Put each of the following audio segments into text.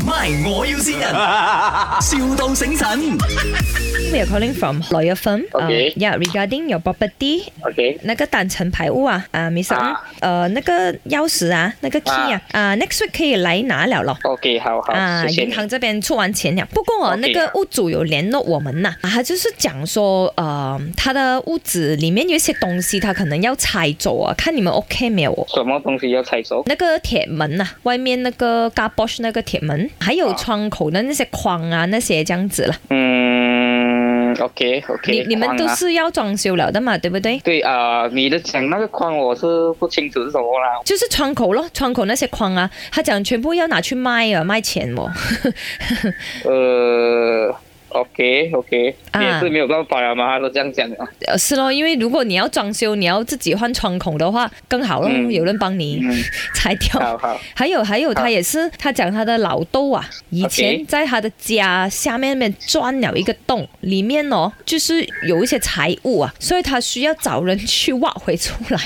My，我要先人，, 笑到醒神。 We are calling from lawyer firm. Okay. Uh, yeah, regarding your property. OK，那个单层排屋啊，啊，Mr. 啊 Ng，呃，那个钥匙啊，那个 key 啊，啊，next week 可以来拿了咯。 OK，好好，啊，谢谢银你。行这边出完钱了，不过哦 OK 那个屋主有联络我们呐、啊他就是讲说，呃，他的屋子里面有一些东西，他可能要拆走啊，看你们 OK 没有哦？什么东西要拆走？那个铁门呐、外面那个 g a b o s h 那个铁门，还有啊窗口的那些框啊，那些这样子了。嗯，OK OK，你你们都是要装修了的嘛，对不对？对啊、呃你的讲那个框我是不清楚是什么啦。就是窗口咯，窗口那些框啊，他讲全部要拿去卖啊，卖钱哦。呃，OK OK，、啊你也是没有办法了嘛，他都这样讲的。呃， 是咯，因为如果你要装修，你要自己换窗口的话，更好咯，嗯有人帮你嗯，拆掉。好好还有还有，好他也是，他讲他的老豆啊，以前 OK 在他的家下面面钻了一个洞，里面哦就是有一些财物啊，所以他需要找人去挖回出来。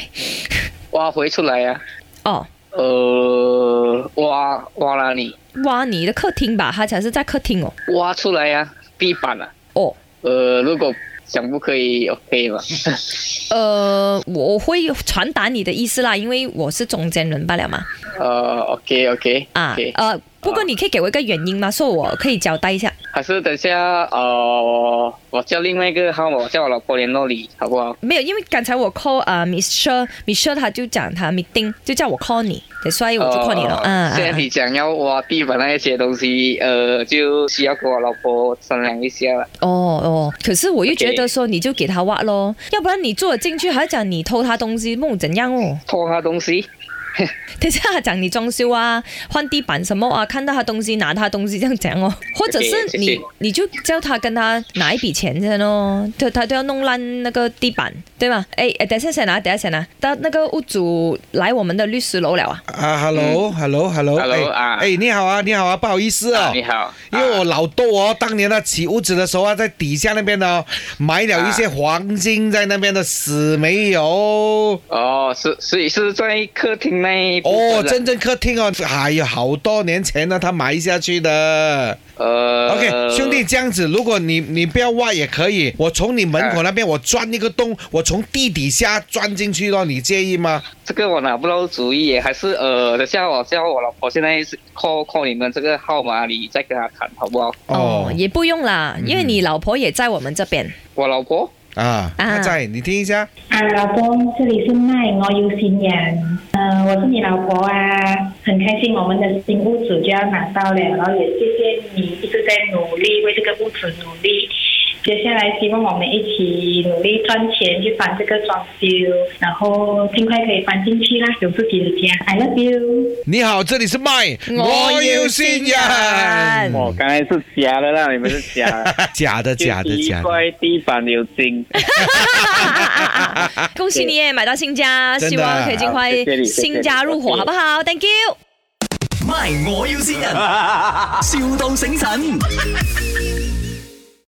挖回出来呀、哦，啊。呃，挖挖哪里？挖你的客厅吧，他讲是在客厅哦。挖出来呀、地板啊。哦，呃，如果想不可以，OK 嘛？ 呃，我会传达你的意思啦，因为我是中间人罢了嘛。呃，OK OK 啊 OK，呃，不过你可以给我一个原因吗？说我可以交代一下。还是等下呃，我叫另外一个号码，我叫我老婆联络你，好不好？没有，因为刚才我 call 啊、m i s r m i s r 他就讲他 meeting，就叫我 call 你，所以我就 call 你了。呃嗯现在嗯，你讲要挖地板那一些东西，呃，就需要跟我老婆商量一下了。哦哦，可是我又觉得 OK 说你就给他挖咯，要不然你住了进去还讲你偷他东西，梦怎样哦？偷他东西， 等一下他讲你装修啊，换地板什么啊，看到他东西拿他东西这样讲哦， 或者是 OK，你谢谢你就叫他跟他拿一笔钱先哦，就他都要弄烂那个地板，对吗？哎哎，等一下先拿，等一下先拿，到那个屋主来我们的律师楼了啊。啊，hello，hello，hello，嗯 Hello，哎啊哎，你好啊，你好啊，不好意思啊哦，你好，因为我老豆哦，当年呢起屋子的时候啊，在底下那边呢、哦、买了一些黄金在那边的，死没有。哦，是是是在客厅那一部分哦，啊真正客厅哦，哎呀，好多年前呢，他埋下去的。呃 OK，兄弟，这样子，如果你你不要挖也可以，我从你门口啊那边我钻一个洞，我从地底下钻进去咯，你介意吗？这个我拿不到主意耶，还是呃，等下我叫我老婆现在是 call call 你们这个号码，你再跟她谈好不好？哦，也不用啦，嗯因为你老婆也在我们这 边。我老婆，啊，啊他在，你听一下。啊，老公，这里是麦，我有新人。呃，我是你老婆啊，很开心我们的新屋主就要拿到了，然后也谢谢你一直在努力为这个屋主努力。接下来希望我们一起努力赚钱去把这个装修，然后尽快可以搬进去啦，有自己的家。I love you。你好，这里是麦，我要新人我刚才是假的啦，你们是假的。 假的，假的，假的。地板有金。 恭喜你也买到新家，真的希望可以尽快啊好谢谢你谢谢你新家入伙， OK 好不好？Thank you。 My，我要先人，,笑到醒神。